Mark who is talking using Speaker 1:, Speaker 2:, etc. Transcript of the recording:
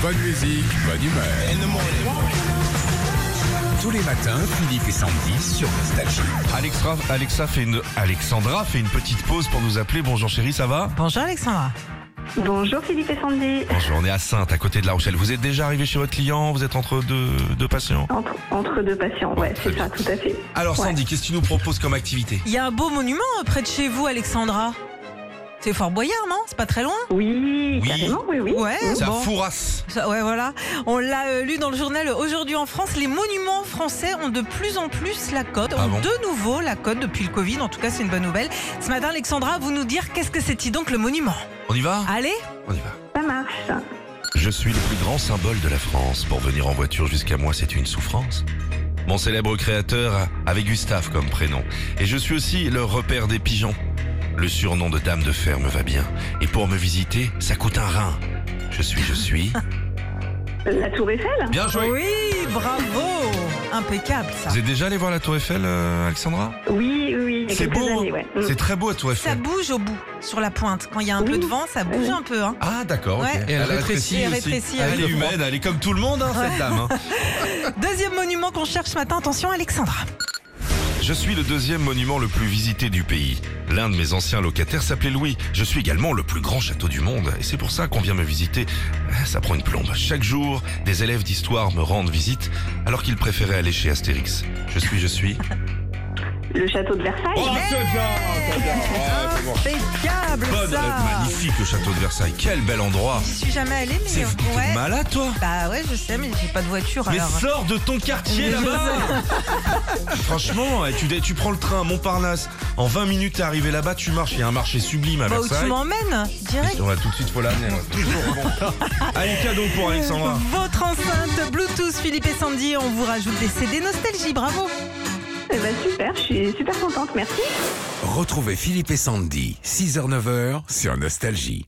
Speaker 1: Bonne musique, bonne humeur. Tous les matins, Philippe et Sandy sur Nostalgie.
Speaker 2: Alexa, Alexa fait une, Alexandra fait une petite pause pour nous appeler. Bonjour chérie, ça va
Speaker 3: Bonjour Alexandra.
Speaker 4: Bonjour Philippe et Sandy.
Speaker 2: Bonjour, on est à Sainte, à côté de La Rochelle. Vous êtes déjà arrivé chez votre client Vous êtes entre deux, deux patients
Speaker 4: Entre, entre deux patients, ouais,
Speaker 2: très
Speaker 4: c'est ça, tout à fait.
Speaker 2: Alors
Speaker 4: Ouais.
Speaker 2: Sandy, qu'est-ce que tu nous proposes comme activité
Speaker 3: Il y a un beau monument euh, près de chez vous, Alexandra. C'est Fort Boyard, non C'est pas très loin
Speaker 4: Oui,
Speaker 2: Oui.
Speaker 4: carrément, oui, Mm, oui.
Speaker 3: Ouais,
Speaker 2: C'est à
Speaker 3: bon.
Speaker 2: Fouras.
Speaker 3: Ça, ouais, voilà. On l'a euh, lu dans le journal euh, Aujourd'hui en France, les monuments français ont de plus en plus la cote,
Speaker 2: Ah
Speaker 3: ont
Speaker 2: bon
Speaker 3: de nouveau la cote depuis le Covid. En tout cas, c'est une bonne nouvelle. Ce matin, Alexandra, vous nous dire qu'est-ce que c'est donc le monument
Speaker 2: On y va
Speaker 3: Allez
Speaker 2: On y va.
Speaker 4: Ça marche.
Speaker 2: Je suis le plus grand symbole de la France. Pour venir en voiture jusqu'à moi, c'est une souffrance. Mon célèbre créateur avait Gustave comme prénom. Et je suis aussi le repère des pigeons. Le surnom de dame de fer me va bien. Et pour me visiter, ça coûte un rein. Je suis, je suis.
Speaker 4: La Tour Eiffel
Speaker 2: Bien
Speaker 3: Oui, bravo Impeccable, ça.
Speaker 2: Vous êtes déjà allé voir la Tour Eiffel, euh, Alexandra
Speaker 4: Oui, oui, oui. il y a
Speaker 2: C'est
Speaker 4: quelques
Speaker 2: beau, hein.
Speaker 4: années, ouais. Mm.
Speaker 2: C'est très beau la Tour
Speaker 3: Ça
Speaker 2: Eiffel.
Speaker 3: bouge au bout, sur la pointe. Quand il y a un peu
Speaker 4: Oui.
Speaker 3: de vent, ça bouge
Speaker 4: Oui.
Speaker 3: un peu. Hein.
Speaker 2: Ah d'accord. ok.
Speaker 3: Ouais.
Speaker 2: Et elle rétrécit.
Speaker 3: Et elle
Speaker 2: aussi.
Speaker 3: rétrécit
Speaker 2: Elle
Speaker 3: avec
Speaker 2: est
Speaker 3: le froid.
Speaker 2: humaine, elle est comme tout le monde, hein, cette dame. hein.
Speaker 3: Deuxième monument qu'on cherche ce matin. Attention, Alexandra.
Speaker 2: Je suis le deuxième monument le plus visité du pays. L'un de mes anciens locataires s'appelait Louis. Je suis également le plus grand château du monde et c'est pour ça qu'on vient me visiter. Ah, Ça prend une plombe. Chaque jour, des élèves d'histoire me rendent visite alors qu'ils préféraient aller chez Astérix. Je suis, je suis.
Speaker 4: Le château de Versailles
Speaker 2: Oh,
Speaker 3: Impeccable,
Speaker 2: Bonne,
Speaker 3: ça.
Speaker 2: magnifique le château de Versailles. Quel bel endroit.
Speaker 3: J'y suis jamais allée, mais
Speaker 2: C'est
Speaker 3: euh,
Speaker 2: t'es
Speaker 3: ouais.
Speaker 2: malade toi.
Speaker 3: Bah ouais, je sais, mais j'ai pas de voiture
Speaker 2: Mais
Speaker 3: alors. hein.
Speaker 2: sors de ton quartier
Speaker 3: Mais je
Speaker 2: là-bas Franchement, eh, tu, tu prends le train à Montparnasse, en 20 minutes t'es arrivé là-bas, tu marches, il y a un marché sublime à
Speaker 3: Bah où tu
Speaker 2: Versailles.
Speaker 3: m'emmènes Direct.
Speaker 2: On va tout de suite faut l'amener. ouais. Toujours bon. Allez, cadeau pour Alexandra.
Speaker 3: Votre enceinte Bluetooth Philippe et Sandy, on vous rajoute des CD nostalgie, bravo
Speaker 4: Eh ben, super, je suis super contente, merci.
Speaker 1: Retrouvez Philippe et Sandy, 6h-9h sur Nostalgie.